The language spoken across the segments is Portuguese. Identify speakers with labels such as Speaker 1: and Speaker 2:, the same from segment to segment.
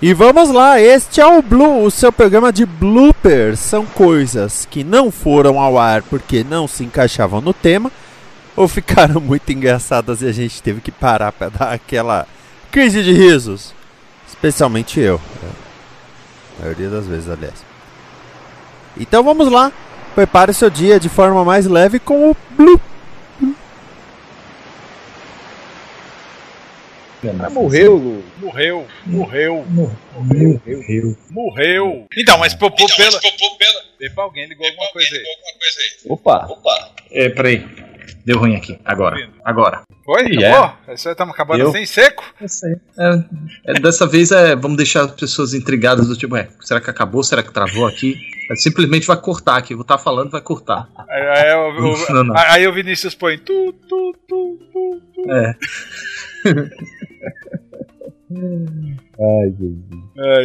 Speaker 1: E vamos lá, este é o Blue, o seu programa de bloopers. São coisas que não foram ao ar porque não se encaixavam no tema ou ficaram muito engraçadas e a gente teve que parar pra dar aquela crise de risos. Especialmente eu. né? A maioria das vezes, aliás. Então vamos lá, prepare o seu dia de forma mais leve com o Blue.
Speaker 2: morreu, Lu. Morreu, morreu,
Speaker 3: Morreu. Morreu.
Speaker 2: morreu. Então, mas popou pela. Vê pra alguém, ligou alguma coisa aí.
Speaker 3: Opa. É, peraí. Deu ruim aqui. Agora. Agora.
Speaker 2: Foi?
Speaker 3: E é.
Speaker 2: Acabou? Só estamos acabando
Speaker 3: Eu?
Speaker 2: assim, seco?
Speaker 3: É, é, dessa vez é, vamos deixar as pessoas intrigadas do tipo, é, será que acabou? Será que travou aqui? É, simplesmente vai cortar aqui. Eu Vou estar falando, vai cortar.
Speaker 2: Aí, aí, eu- Ah, eu-
Speaker 3: Não, não.
Speaker 2: aí o Vinícius põe tu, tu, tu, tu.
Speaker 3: É.
Speaker 2: Ai,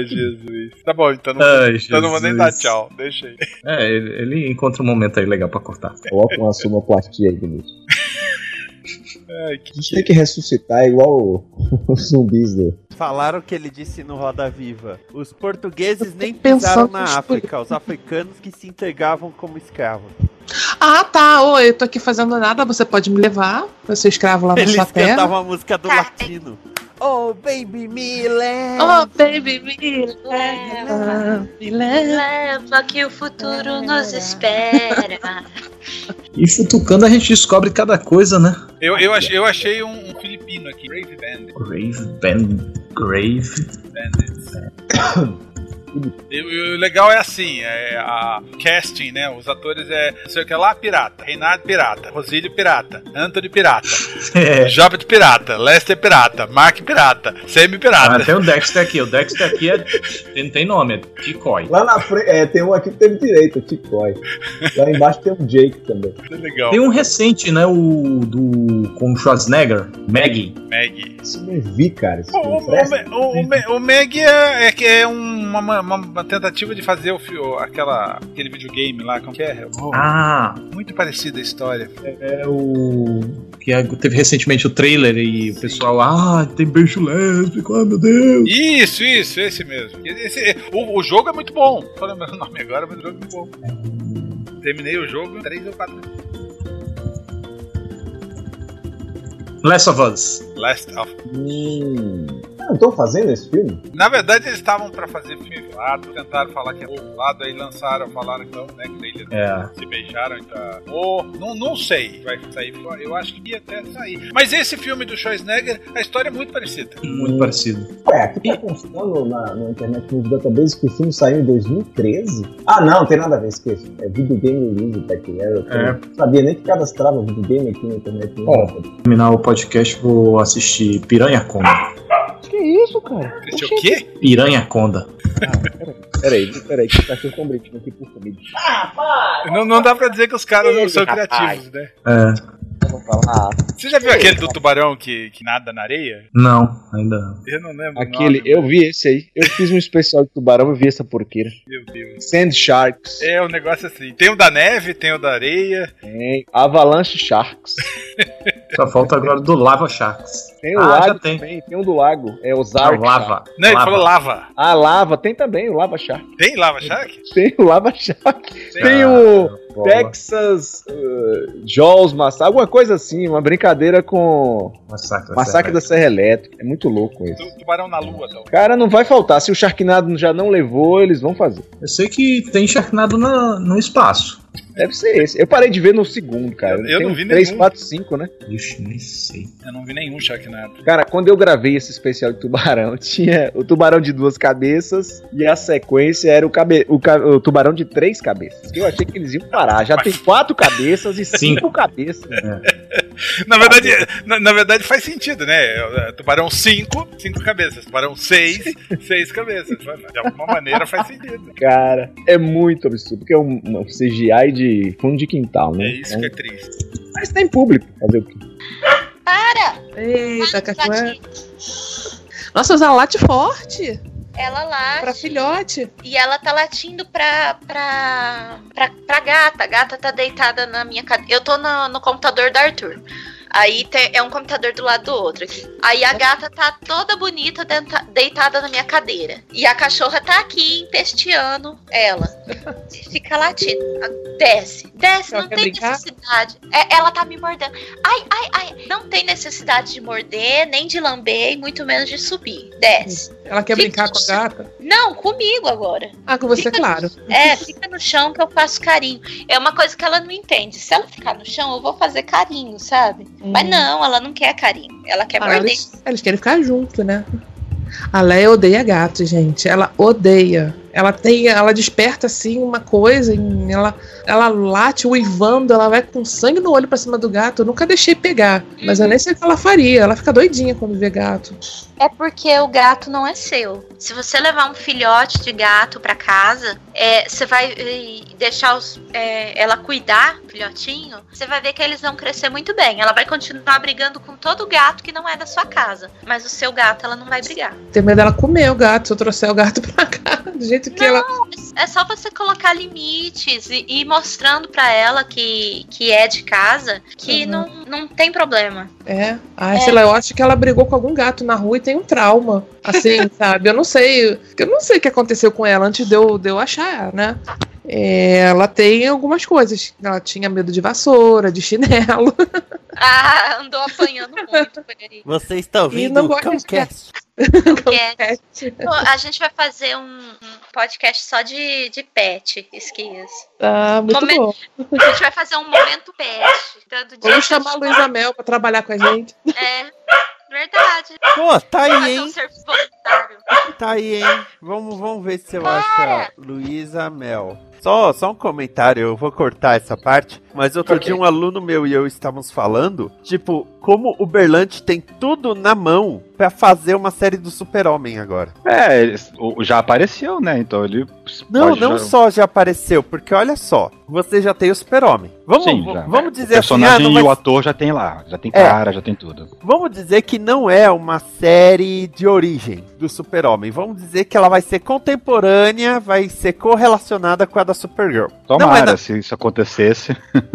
Speaker 2: Jesus. Tá bom, então não,
Speaker 3: Ai,
Speaker 2: então não vou nem dar
Speaker 3: Jesus.
Speaker 2: tchau. Deixa aí.
Speaker 3: É, ele, ele encontra um momento aí legal pra cortar.
Speaker 4: Coloca uma sonoplastia aí, Vinícius.
Speaker 2: Ai, que
Speaker 4: A gente tem que ressuscitar igual os zumbis do.
Speaker 1: Falaram que ele disse no Roda Viva. Os portugueses nem
Speaker 5: pensando
Speaker 1: pisaram na
Speaker 5: nos
Speaker 1: África, os africanos que se entregavam como escravos.
Speaker 5: Ah, tá. Oi, eu tô aqui fazendo nada. Você pode me levar? Eu sou escravo lá na
Speaker 1: Eles
Speaker 5: sua terra.
Speaker 1: cantavam a música do latino. Oh, baby me leva.
Speaker 5: Oh, baby, me leva. Me leva.
Speaker 6: É. Leva que o futuro nos espera.
Speaker 3: E futucando a gente descobre cada coisa, né?
Speaker 2: Eu, eu, achei, eu achei um, um filipino aqui, Brave Band.
Speaker 3: Grave, Ben, Grave.
Speaker 2: E o e o legal é assim, é a o casting, né? Os atores é não sei o que lá, pirata, Reinado pirata, Rosílio pirata, Anthony pirata,
Speaker 3: É.
Speaker 2: Job de pirata, Lester pirata, Mark pirata, Semi
Speaker 3: Ah,
Speaker 2: pirata.
Speaker 3: tem o Dexter aqui. O Dexter aqui é, tem- tem nome, é Decoy.
Speaker 4: Lá na frente, é, tem um aqui que teve direito, Ticoy. Lá embaixo tem um Jake também.
Speaker 2: Que legal.
Speaker 3: Tem um recente, né? O do. com o Schwarzenegger, Maggie.
Speaker 5: Oh.
Speaker 2: Meg.
Speaker 4: Isso nem vi, cara. Isso
Speaker 2: O, o,
Speaker 4: não
Speaker 2: o,
Speaker 4: presta.
Speaker 2: Me- o, o, Me- o Meg é, é que é uma, uma- uma tentativa de fazer o, fi- o- aquela, aquele videogame lá, como que é? Oh,
Speaker 3: Ah,
Speaker 2: Muito parecida a história.
Speaker 3: é o. Que é- teve recentemente o trailer e o pessoal. Ah, tem beijo lésbico, ah, meu Deus.
Speaker 2: Isso, isso, esse mesmo. Esse- o, o jogo é muito bom. Tô lembrando o nome agora, mas o jogo é muito bom. Terminei o jogo em 3 ou 4
Speaker 3: Last of Us.
Speaker 2: Last of
Speaker 4: Hum. Ah, Não estão fazendo esse filme?
Speaker 2: Na verdade, eles estavam pra fazer filme lado, tentaram falar que é outro lado, aí lançaram, falaram que não, né? Que daí eles
Speaker 3: É.
Speaker 2: se beijaram, então. Ou, não, não sei, vai sair fora. Eu acho que ia até sair. Mas esse filme do Schwarzenegger, a história é muito parecida.
Speaker 3: Muito parecido.
Speaker 4: Ué, aqui tá constando na, na internet nos databases que o filme saiu em 2013. Ah, não, tem nada a ver, esqueço. É videogame livre, tá aqui. Eu,
Speaker 3: É.
Speaker 4: não sabia nem que cadastrava videogame aqui na internet. né?
Speaker 3: Bom. Terminar o podcast, vou assistir Piranha Conda.
Speaker 7: Que isso, cara?
Speaker 2: Esse é o quê?
Speaker 3: Piranha Conda.
Speaker 4: Peraí, peraí, que os cachorros estão brincando aqui por comigo.
Speaker 2: Não, não dá pra dizer que os caras não são criativos, né?
Speaker 3: É.
Speaker 2: Você já viu aquele do tubarão que, que nada na areia?
Speaker 3: Não, ainda não.
Speaker 2: Eu não lembro. o
Speaker 7: Aquele,
Speaker 2: nome.
Speaker 7: eu vi esse aí. Eu fiz um especial de tubarão e vi essa porqueira.
Speaker 2: Meu Deus.
Speaker 7: Sand Sharks.
Speaker 2: É um negócio assim. Tem o da neve, tem o da areia.
Speaker 7: Tem Avalanche Sharks.
Speaker 3: Só falta agora do Lava Sharks.
Speaker 7: Tem o
Speaker 3: ah, já
Speaker 7: lago
Speaker 3: tem.
Speaker 7: também. Tem um do lago. É Ozark.
Speaker 3: Não, lava.
Speaker 2: Não, Né, ele falou lava.
Speaker 7: Ah, lava. Tem também o Lava Shark.
Speaker 2: Tem lava shark?
Speaker 7: Tem o Lava Shark. Tem
Speaker 3: Ah,
Speaker 7: o
Speaker 3: bola.
Speaker 7: Texas eh, Jaws Massacre. Alguma coisa assim. Uma brincadeira com
Speaker 2: Tá
Speaker 3: Massacre,
Speaker 7: Massacre da Serra Elétrica. É muito louco isso.
Speaker 2: ah, Tu- Tubarão na lua, então.
Speaker 7: Cara, não vai faltar. Se o Sharknado já não levou, eles vão fazer.
Speaker 3: Eu sei que tem Sharknado na, no espaço.
Speaker 7: Deve ser esse. Eu parei de ver no segundo, cara.
Speaker 2: Eu- eu
Speaker 7: Tem
Speaker 2: não
Speaker 7: uns
Speaker 2: vi
Speaker 7: três,
Speaker 2: nenhum.
Speaker 7: quatro, cinco, né?
Speaker 3: Ixi, nem sei.
Speaker 2: Eu não vi nenhum Sharknado.
Speaker 7: Cara, quando eu gravei esse especial de tubarão, tinha o tubarão de duas cabeças e a sequência era o, cabe... o, ca- o tubarão de três cabeças. Eu achei que eles iam parar. Já tem quatro cabeças e cinco cabeças.
Speaker 2: Na verdade, na, na verdade faz sentido, né? Tubarão 5, 5 cabeças. Tubarão 6, 6 cabeças. De alguma maneira faz sentido.
Speaker 7: Cara, é muito absurdo, porque é um, um CGI de fundo de quintal, né?
Speaker 2: É isso que é triste.
Speaker 7: Mas tem público fazer o quê?
Speaker 6: Para! Tá para
Speaker 5: Eita,
Speaker 6: de
Speaker 5: cachoeira.
Speaker 6: latir.
Speaker 5: Nossa, usa late forte
Speaker 6: Ela late.
Speaker 5: pra filhote.
Speaker 6: E ela tá latindo pra, pra, pra, pra gata. A gata tá deitada na minha cadeira. Eu tô no, no computador do Arthur. Aí te- é um computador do lado do outro aqui. Aí a gata tá toda bonita denta- deitada na minha cadeira. E a cachorra tá aqui empesteando ela. E Fica latindo. Desce. Desce,
Speaker 5: Ela
Speaker 6: não
Speaker 5: quer
Speaker 6: tem
Speaker 5: brincar?
Speaker 6: necessidade. É, ela tá me mordendo. Ai, ai, ai. Não tem necessidade de morder, nem de lamber, e muito menos de subir. Desce.
Speaker 5: Ela quer
Speaker 6: Que
Speaker 5: brincar com a
Speaker 6: isso?
Speaker 5: gata.
Speaker 6: Não, comigo agora.
Speaker 5: Ah, com você,
Speaker 6: Fica
Speaker 5: claro.
Speaker 6: É, fica no chão que eu faço carinho. É uma coisa que ela não entende. Se ela ficar no chão, eu vou fazer carinho, sabe?
Speaker 5: Hum. Uhum.
Speaker 6: Mas não, ela não quer carinho. Ela quer
Speaker 5: Ah,
Speaker 6: morder.
Speaker 5: eles, eles querem ficar junto, né? A Leia odeia gato, gente. Ela odeia. Ela tem, ela desperta assim uma coisa, em- ela, ela late uivando, ela vai com sangue no olho pra cima do gato. Eu nunca deixei pegar, mas eu nem sei o que ela faria. Ela fica doidinha quando vê gato.
Speaker 6: É porque o gato não é seu. Se você levar um filhote de gato pra casa, é, você vai eh, deixar os- é, ela cuidar, filhotinho, você vai ver que eles vão crescer muito bem. Ela vai continuar brigando com todo gato que não é da sua casa. Mas o seu gato, ela não vai brigar.
Speaker 5: Tem medo dela comer o gato se eu trouxer o gato pra cá, do jeito que ela.
Speaker 6: É só você colocar limites e e ir mostrando pra ela que, que é de casa que
Speaker 5: Uhum.
Speaker 6: não, não tem problema.
Speaker 5: É. Ai, sei lá, eu acho que ela brigou com algum gato na rua e tem um trauma. Assim, sabe? Eu não sei. Eu não sei o que aconteceu com ela antes de eu, de eu achar, né? É, ela tem algumas coisas. Ela tinha medo de vassoura, de chinelo.
Speaker 6: Ah, andou apanhando muito por aí.
Speaker 1: Você está
Speaker 5: ouvindo
Speaker 1: ouvindo
Speaker 5: oh. não o
Speaker 1: o
Speaker 5: gosta de
Speaker 1: Camcast.
Speaker 5: Camcast.
Speaker 6: Pet. Pô, a gente vai fazer um, um podcast só de, de pet, esquias.
Speaker 1: Ah,
Speaker 5: Tá muito
Speaker 6: Momen-
Speaker 5: bom.
Speaker 6: A gente vai fazer um momento pet. Dando dicas.
Speaker 5: Vamos chamar a Luísa Mel pra trabalhar com a gente.
Speaker 6: É, verdade.
Speaker 1: Pô, tá aí,
Speaker 6: Fazer um
Speaker 1: hein?
Speaker 6: serviço voluntário.
Speaker 1: Tá aí, hein? Vamos, vamos ver se eu acho a Luísa Mel. Só, só um comentário, eu vou cortar essa parte. Mas outro dia um aluno meu e eu estávamos falando, tipo, como o Berlante tem tudo na mão pra fazer uma série do Super-Homem agora.
Speaker 8: É, ele- o- já apareceu, né? Então ele.
Speaker 1: Não,
Speaker 8: pode
Speaker 1: não
Speaker 8: já-
Speaker 1: só já apareceu, porque olha só, você já tem o Super-Homem. Vamos,
Speaker 8: Sim,
Speaker 1: v-
Speaker 8: já.
Speaker 1: vamos
Speaker 8: O
Speaker 1: dizer assim, ah,
Speaker 8: personagem
Speaker 1: não
Speaker 8: e o
Speaker 1: vai-
Speaker 8: ator já tem lá. Já tem
Speaker 1: É.
Speaker 8: cara, já tem tudo.
Speaker 1: vamos dizer que não é uma série de origem do Super-Homem. Vamos dizer que ela vai ser contemporânea, vai ser correlacionada com a da Supergirl.
Speaker 8: Tomara,
Speaker 1: não.
Speaker 8: se isso acontecesse.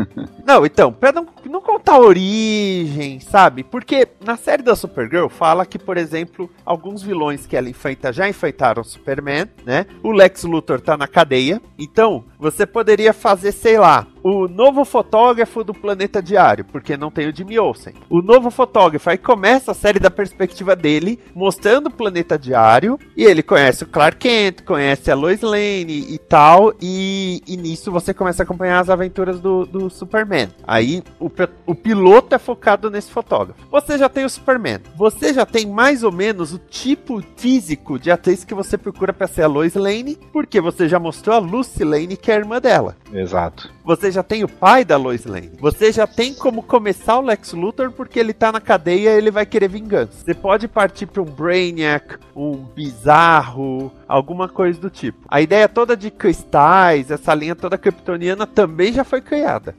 Speaker 1: Não, então, pra não, não contar a origem, sabe? Porque na série da Supergirl fala que, por exemplo, alguns vilões que ela enfrenta já enfrentaram o Superman, né? O Lex Luthor tá na cadeia. Então, você poderia fazer, sei lá, o novo fotógrafo do Planeta Diário, porque não tem o Jimmy Olsen. O novo fotógrafo, aí começa a série da perspectiva dele, mostrando o Planeta Diário, e ele conhece o Clark Kent, conhece a Lois Lane e tal, e, e nisso você começa a acompanhar as aventuras do, do Superman. Aí o, pe- o piloto é focado nesse fotógrafo. Você já tem o Superman, você já tem mais ou menos o tipo físico de atriz que você procura pra ser a Lois Lane, porque você já mostrou a Lucy Lane, que é a irmã dela.
Speaker 8: Exato.
Speaker 1: Você já tem o pai da Lois Lane. Você já tem como começar o Lex Luthor porque ele tá na cadeia e ele vai querer vingança. Você pode partir pra um Brainiac, um Bizarro, alguma coisa do tipo. A ideia toda de cristais, essa linha toda kryptoniana também já foi criada.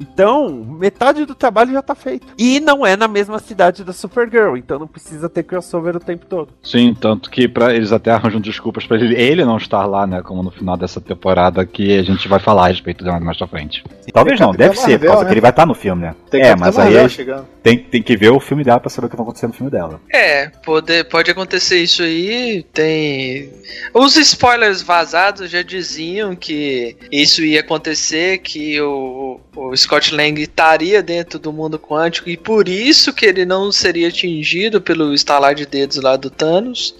Speaker 1: Então, metade do trabalho já tá feito. E não é na mesma cidade da Supergirl, então não precisa ter crossover o tempo todo.
Speaker 8: Sim, tanto que pra, eles até arranjam desculpas pra ele, ele não estar lá, né? Como no final dessa temporada que a gente vai falar a respeito dela mais pra frente.
Speaker 9: Talvez não, deve ser, por causa que ele vai
Speaker 8: tá
Speaker 9: estar no filme, né? É, mas aí a gente
Speaker 7: chegando.
Speaker 9: tem, tem que ver o filme dela pra
Speaker 8: tá
Speaker 9: saber o que vai acontecer no filme dela.
Speaker 10: É, pode, pode acontecer isso aí. Tem. Os spoilers vazados já diziam que isso ia acontecer, que o, o Scott Lang estaria dentro do mundo quântico e por isso que ele não seria atingido pelo estalar de dedos lá do Thanos.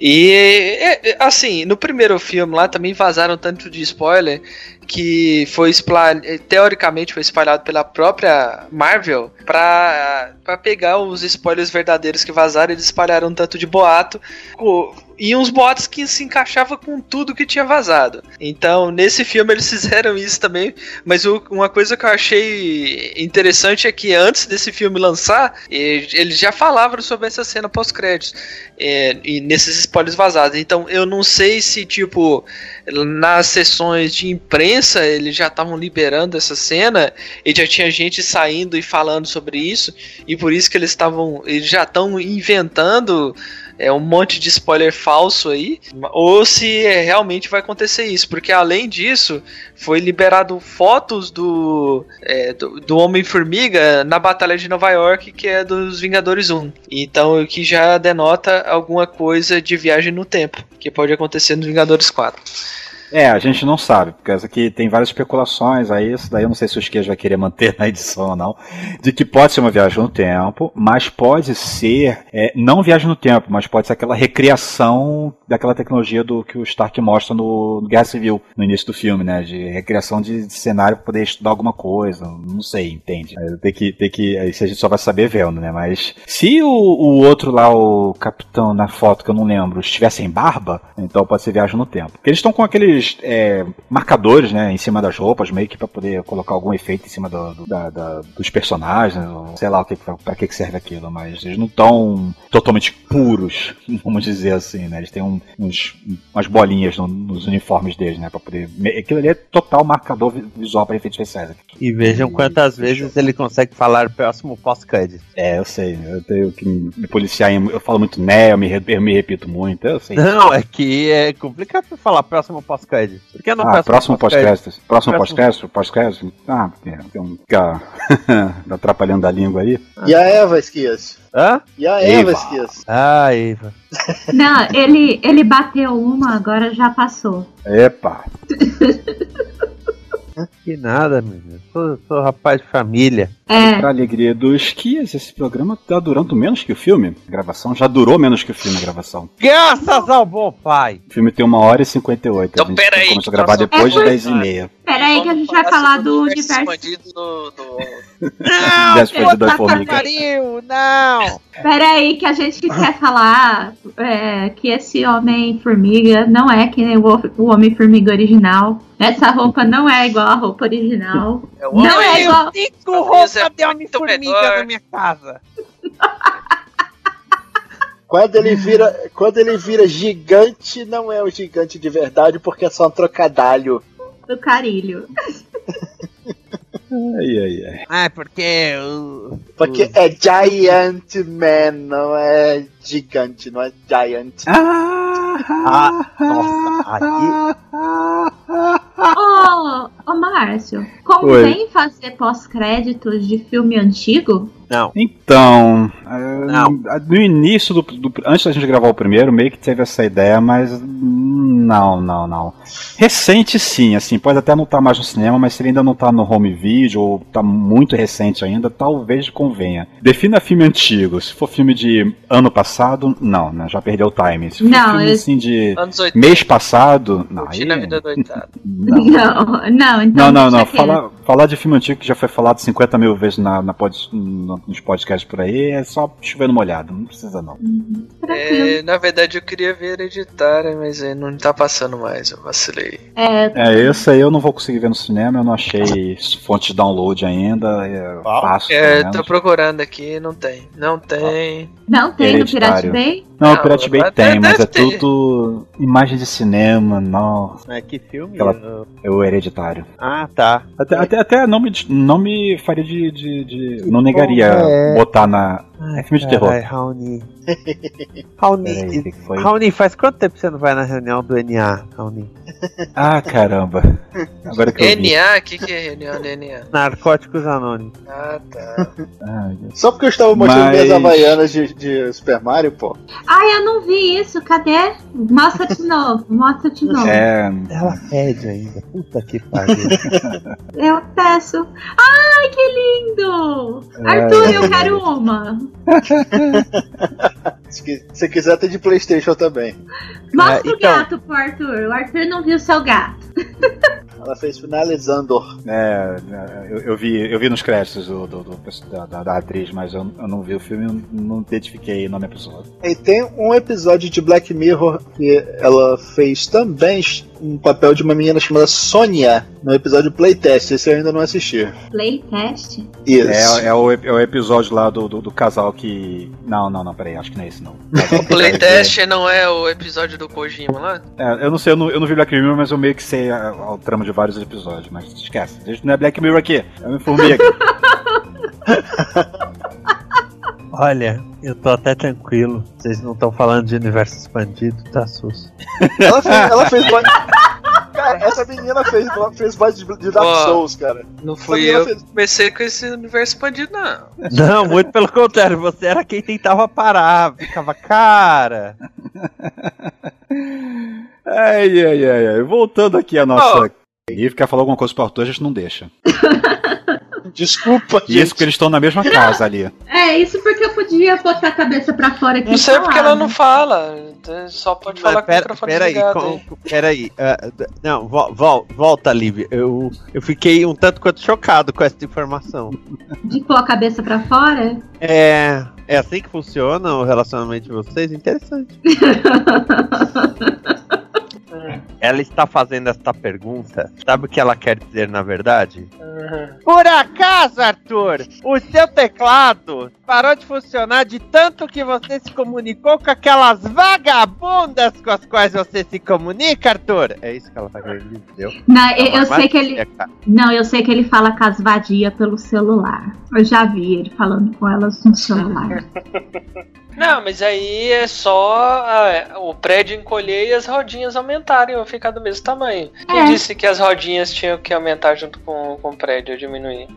Speaker 10: E, é, é, assim, no primeiro filme lá também vazaram tanto de spoiler que foi espla- teoricamente foi espalhado pela própria Marvel para pegar os spoilers verdadeiros que vazaram, eles espalharam um tanto de boato co- e uns boatos que se encaixava com tudo que tinha vazado. Então, nesse filme eles fizeram isso também, mas o- uma coisa que eu achei interessante é que antes desse filme lançar, eh, eles já falavam sobre essa cena pós-créditos eh, e nesses spoilers vazados. Então, eu não sei se tipo nas sessões de imprensa eles já estavam liberando essa cena e já tinha gente saindo e falando sobre isso e por isso que eles estavam eles já estão inventando é um monte de spoiler falso aí, ou se é, realmente vai acontecer isso, porque além disso foi liberado fotos do é, do, do Homem Formiga na Batalha de Nova York que é dos Vingadores 1, então o que já denota alguma coisa de viagem no tempo que pode acontecer nos Vingadores 4.
Speaker 9: É, a gente não sabe, porque essa aqui tem várias especulações, aí isso daí eu não sei se o Esquejo vai querer manter na edição ou não, de que pode ser uma viagem no tempo, mas pode ser, é, não viagem no tempo, mas pode ser aquela recriação daquela tecnologia do que o Stark mostra no, no Guerra Civil, no início do filme, né, de recriação de, de cenário para poder estudar alguma coisa, não sei, entende? É, Tem que, tem que, aí a gente só vai saber vendo, né, mas se o, o outro lá, o capitão na foto, que eu não lembro, estivesse em barba, então pode ser viagem no tempo. Porque eles estão com aqueles é, marcadores, né, em cima das roupas, meio que pra poder colocar algum efeito em cima do- do- da- da- dos personagens, ou sei lá o que, pra, pra que que serve aquilo, mas eles não estão totalmente puros, vamos dizer assim, né, eles têm um- uns, umas bolinhas no- nos uniformes deles, né, pra poder... Aquilo ali é total marcador vi- visual pra efeitos especiais.
Speaker 1: E vejam quantas vezes ele consegue falar próximo pós-cud.
Speaker 9: É, eu sei, eu tenho que me policiar, em- eu falo muito né, eu me, re- eu me repito muito, eu sei.
Speaker 1: Não, é que é complicado pra falar próximo pós-cud. Por que não
Speaker 9: ah, próximo podcast. Próximo
Speaker 1: pós-cud?
Speaker 9: podcast, podcast. Ah, porque tem um fica atrapalhando a língua aí.
Speaker 11: E a Eva Esquias?
Speaker 1: Hã?
Speaker 11: E a
Speaker 9: Eva.
Speaker 11: Eva Esquias?
Speaker 1: Ah, Eva.
Speaker 6: Não, ele, ele bateu uma, agora já passou.
Speaker 9: Epa.
Speaker 1: Que nada, menino. Sou, sou rapaz de família.
Speaker 6: É.
Speaker 9: Pra alegria dos Kias, esse programa tá durando menos que o filme. A gravação já durou menos que o filme, a gravação.
Speaker 1: Graças ao bom pai.
Speaker 9: O filme tem uma hora e 58. Então, peraí. Começou a gravar depois de 10 e meia.
Speaker 6: Pera aí que a gente vai falar do universo.
Speaker 9: Não, depois de
Speaker 6: puta
Speaker 9: da formiga.
Speaker 6: pariu, não! Pera aí que a gente quer falar é, que esse Homem-Formiga não é que nem o, o Homem-Formiga original. Essa roupa não é igual à roupa original. não é igual.
Speaker 1: cinco roupas de Homem-Formiga na minha casa.
Speaker 11: Quando ele vira, quando ele vira gigante, não é um gigante de verdade, porque é só um trocadalho.
Speaker 6: Do carilho.
Speaker 9: Ai, ai, ai.
Speaker 1: Ah, porque o.
Speaker 11: Porque é Giant Man, não é gigante, não é Giant.
Speaker 1: Ah, nossa,
Speaker 6: Ô, ô Márcio, convém fazer pós-créditos de filme antigo?
Speaker 1: Não.
Speaker 9: Então, é,
Speaker 11: Hum,
Speaker 9: no início do, do- Antes da gente gravar o primeiro, meio que teve essa ideia, mas. hum, Não, não, não. Recente sim, assim, pode até não estar mais no cinema, mas se ele ainda não tá no home video ou tá muito recente ainda, talvez convenha. Defina filme antigo. Se for filme de ano passado, não, né? Já perdeu o time. Se for
Speaker 6: Não,
Speaker 9: filme
Speaker 6: eu-
Speaker 9: assim de
Speaker 6: Anos 80.
Speaker 9: mês passado, não. Aí...
Speaker 11: é.
Speaker 10: Na vida doitada.
Speaker 9: Não.
Speaker 6: Não, não, então.
Speaker 9: Não, não, não.
Speaker 6: deixa quieto.
Speaker 9: Falar, falar de filme antigo que já foi falado 50 mil vezes na, na pod- no- nos podcasts por aí é só chovendo molhado. Não precisa, não.
Speaker 10: É, na verdade eu queria ver Hereditária, mas é, não tá passando mais, eu vacilei.
Speaker 9: É, esse aí eu não vou conseguir ver no cinema. Eu não achei fonte de download ainda. É fácil.
Speaker 10: É,
Speaker 11: né?
Speaker 9: pelo
Speaker 10: tô
Speaker 9: menos.
Speaker 10: procurando aqui, não tem. Não tem.
Speaker 6: Não tem no Pirate
Speaker 9: Hereditário.
Speaker 6: Bay?
Speaker 9: Não, o Pirate Bay
Speaker 10: deve-
Speaker 9: tem, mas
Speaker 10: deve
Speaker 9: é
Speaker 10: ter.
Speaker 9: tudo imagem de cinema, não.
Speaker 1: É que filme?
Speaker 9: Aquela- É o hereditário.
Speaker 1: Ah, tá.
Speaker 9: Até, até, até não, me, não me faria de. de- de- não negaria
Speaker 1: bom, é. Ah,
Speaker 9: botar na.
Speaker 1: Ai,
Speaker 9: É filme de terror.
Speaker 1: carai, Raoni. Raoni.
Speaker 9: Peraí, o que que foi?
Speaker 1: Raoni, faz quanto tempo você não vai na reunião do NA, Raoni?
Speaker 9: Ah, caramba. Agora que eu vi.
Speaker 10: NA? O que, que é reunião de NA?
Speaker 1: Narcóticos Anônimos.
Speaker 10: Ah, tá.
Speaker 9: Ah,
Speaker 11: Só porque eu estava mostrando
Speaker 1: Mas-
Speaker 11: minhas havaianas de, de Super Mario, pô.
Speaker 6: Ai, eu não vi isso, cadê? Mostra de novo, mostra
Speaker 9: É,
Speaker 6: de novo.
Speaker 1: Ela pede ainda. Puta que pariu.
Speaker 6: Eu peço. Ai, que lindo!
Speaker 10: É.
Speaker 1: Ai,
Speaker 6: Arthur,
Speaker 1: ai,
Speaker 6: eu quero uma.
Speaker 11: Se qui- se quiser, tem de PlayStation também.
Speaker 6: Mostra
Speaker 11: É,
Speaker 6: o
Speaker 11: então.
Speaker 6: gato pro Arthur. O Arthur não viu seu gato.
Speaker 11: Ela fez finalizando.
Speaker 9: É, eu, eu vi, eu vi nos créditos do, do- do- da, da- da atriz, mas eu, eu não vi o filme e não identifiquei o nome da pessoa.
Speaker 11: E tem um episódio de Black Mirror que ela fez também um papel de uma menina chamada Sônia no episódio Playtest. Esse eu ainda não assisti.
Speaker 6: Playtest?
Speaker 11: Isso.
Speaker 9: É, é o, ep- é o episódio lá do, do, do casal que. Não, não, não, peraí, acho que não é esse não.
Speaker 10: O playtest não é o episódio do Kojima lá?
Speaker 9: É, eu não sei, eu não, eu não vi Black Mirror, mas eu meio que sei a, a- o trama de vários episódios, mas esquece. Deixa- Não é Black Mirror aqui, é uma formiga.
Speaker 1: Olha, eu tô até tranquilo. Vocês não estão falando de universo expandido, tá sus.
Speaker 11: Ela fez, ela fez voz. Cara, essa menina fez, fez voz de, de Dark
Speaker 10: Ó,
Speaker 11: Souls, cara.
Speaker 10: Não
Speaker 11: Essa
Speaker 10: fui
Speaker 11: menina
Speaker 10: eu
Speaker 11: fez-
Speaker 10: que comecei com esse universo expandido, não.
Speaker 1: Não, muito pelo contrário, você era quem tentava parar, ficava cara.
Speaker 9: ai, ai, ai, ai. Voltando aqui à nossa.
Speaker 1: Oh.
Speaker 9: E quer falar alguma coisa pro autor, a gente não deixa.
Speaker 11: Desculpa,
Speaker 9: Isso porque eles estão na mesma casa ali.
Speaker 6: É, isso porque eu podia botar a cabeça pra fora aqui.
Speaker 10: Não sei porque
Speaker 6: falar,
Speaker 10: ela
Speaker 6: né?
Speaker 10: não fala. então Só pode falar com o
Speaker 1: Pera,
Speaker 10: microfone
Speaker 1: peraí,
Speaker 10: desligado.
Speaker 1: com-
Speaker 10: aí.
Speaker 1: peraí. ah, d- não, vol- vol- volta, Lívia. Eu, eu fiquei um tanto quanto chocado com essa informação.
Speaker 6: De pôr a cabeça pra fora?
Speaker 1: É, é assim que funciona o relacionamento de vocês? Interessante. ela está fazendo esta pergunta. Sabe o que ela quer dizer, na verdade? Por acaso, Arthur, o seu teclado parou de funcionar de tanto que você se comunicou com aquelas vagabundas com as quais você se comunica, Arthur? É isso que ela tá querendo dizer.
Speaker 6: Não, eu-
Speaker 1: É uma
Speaker 6: eu sei que ele-
Speaker 1: magia, cara.
Speaker 6: Não, eu sei que ele fala com as vadias pelo celular. Eu já vi ele falando com elas no celular.
Speaker 10: Não, mas aí é só ah, o prédio encolher e as rodinhas aumentarem ou ficar do mesmo tamanho. Quem
Speaker 6: É.
Speaker 10: disse que as rodinhas tinham que aumentar junto com, com o prédio ou diminuir?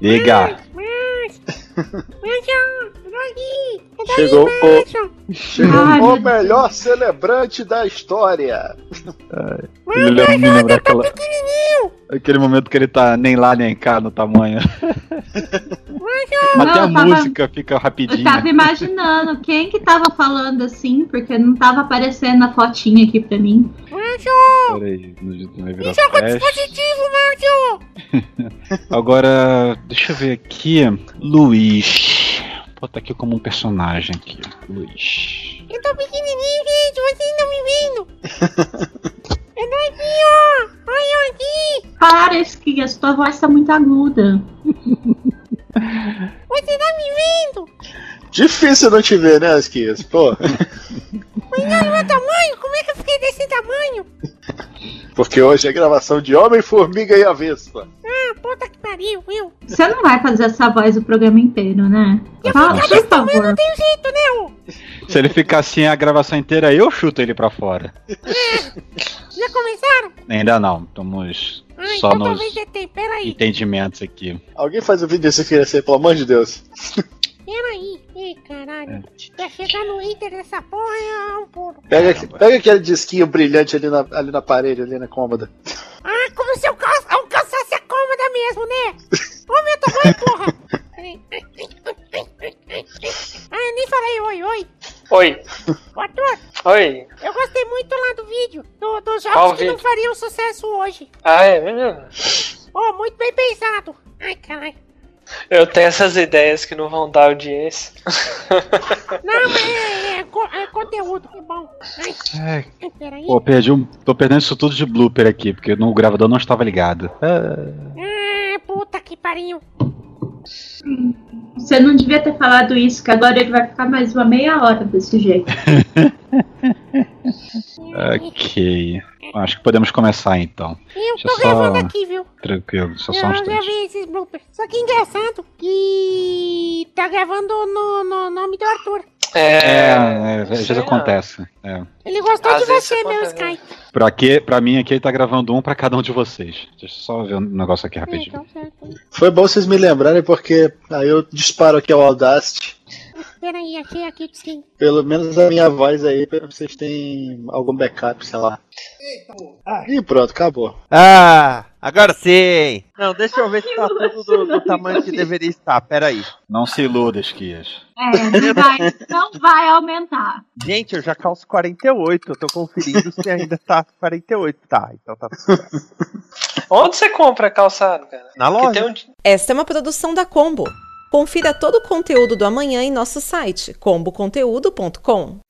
Speaker 9: Liga.
Speaker 11: Chegou o,
Speaker 6: Ah,
Speaker 11: chegou o melhor celebrante da história.
Speaker 9: Ai, me lembra- me
Speaker 12: tá
Speaker 9: lembra aquela- Aquele momento que ele tá nem lá nem cá no tamanho. Até a
Speaker 6: Não, eu tava- Tá.
Speaker 9: música fica
Speaker 6: Eu
Speaker 9: rapidinho. né?
Speaker 6: tava imaginando quem que tava falando assim, porque não tava aparecendo a fotinha aqui pra mim.
Speaker 9: Peraí, não vai
Speaker 12: é
Speaker 9: virar
Speaker 12: um
Speaker 9: flash. Agora, deixa eu ver aqui. Luiz. Vou botar aqui como um personagem aqui. Luiz.
Speaker 12: Eu tô pequenininho, gente, vocês não me vendo. Eu tô aqui, ó. Olha eu aqui.
Speaker 6: Para, é Esquias, tua voz tá muito aguda.
Speaker 12: Você tá me vendo?
Speaker 11: Difícil não te ver, né, Esquias? Pô,
Speaker 12: Mas olha o meu tamanho. Como é que eu fiquei desse tamanho?
Speaker 11: porque hoje é gravação de Homem, Formiga e a Vespa.
Speaker 12: Ah, puta que pariu, eu.
Speaker 6: Você não vai fazer essa voz o programa inteiro, né? Fala, por favor.
Speaker 12: Tem jeito, né, ô?
Speaker 9: Se ele ficar assim a gravação inteira, eu chuto ele pra fora.
Speaker 12: É, Já começaram?
Speaker 9: Ainda não, estamos
Speaker 12: Ah,
Speaker 9: só
Speaker 12: então
Speaker 9: nos
Speaker 12: talvez já tem. Peraí,
Speaker 9: entendimentos aqui.
Speaker 11: Alguém faz o vídeo desse aqui, assim, pelo amor de Deus.
Speaker 12: peraí. Ih, caralho.
Speaker 1: É.
Speaker 12: Quer chegar no Inter dessa porra é um puro.
Speaker 11: Pega, pega aquele disquinho brilhante ali na, ali na parede, ali na cômoda.
Speaker 12: Ah, como se eu cal- alcançasse a cômoda mesmo, né? Ô, meu tamanho, porra. Peraí. Ah, eu nem falei oi, oi.
Speaker 10: Oi.
Speaker 12: Ô, Arthur,
Speaker 10: Oi.
Speaker 12: eu gostei muito lá do vídeo, do- dos
Speaker 10: Qual
Speaker 12: jogos que não
Speaker 10: vídeo?
Speaker 12: fariam sucesso hoje.
Speaker 10: Ah, é mesmo?
Speaker 12: Oh, muito bem pensado. Ai, caralho.
Speaker 10: Eu tenho essas ideias que não vão dar audiência.
Speaker 12: Não, mas é, é co- é conteúdo, é bom. É, Ai, ai, peraí.
Speaker 9: Pô, perdi um, tô perdendo isso tudo de blooper aqui, porque no- o gravador não estava ligado. Ah,
Speaker 12: Ah, puta que pariu.
Speaker 6: Você não devia ter falado isso, que agora ele vai ficar mais uma meia hora desse jeito.
Speaker 9: ok. Acho que podemos começar então.
Speaker 12: Eu
Speaker 9: Deixa
Speaker 12: tô
Speaker 9: só-
Speaker 12: gravando aqui, viu?
Speaker 9: Tranquilo, só, só um
Speaker 12: Eu
Speaker 9: instante.
Speaker 12: gravei esses bloopers. Só que engraçado que tá gravando no, no nome do Arthur.
Speaker 9: É, é, às vezes acontece. É.
Speaker 12: Ele gostou
Speaker 10: Às
Speaker 12: de
Speaker 10: vezes
Speaker 12: você, meu
Speaker 10: acontece.
Speaker 12: Skype.
Speaker 9: Pra, que, pra mim aqui ele tá gravando um pra cada um de vocês. Deixa eu só ver um negócio aqui rapidinho.
Speaker 12: então.
Speaker 11: Foi bom vocês me lembrarem, porque aí eu disparo aqui ao Audacity.
Speaker 12: Peraí, achei aqui o disquinho.
Speaker 11: Pelo menos a minha voz aí, vocês têm algum backup, sei lá. E pronto, acabou.
Speaker 13: Ah,
Speaker 1: Agora sim! Não, deixa eu ver se tá tudo do, do tamanho que deveria estar. Peraí.
Speaker 12: Hum.
Speaker 9: Não se iluda, Esquias.
Speaker 6: É, não vai, não vai aumentar.
Speaker 1: Gente, eu já calço 48. Eu tô conferindo se ainda tá 48. Tá, então tá.
Speaker 10: Onde você compra calçado, cara? um
Speaker 1: Na loja.
Speaker 14: Esta é uma produção da Combo. Confira todo o conteúdo do amanhã em nosso site comboconteúdo.com.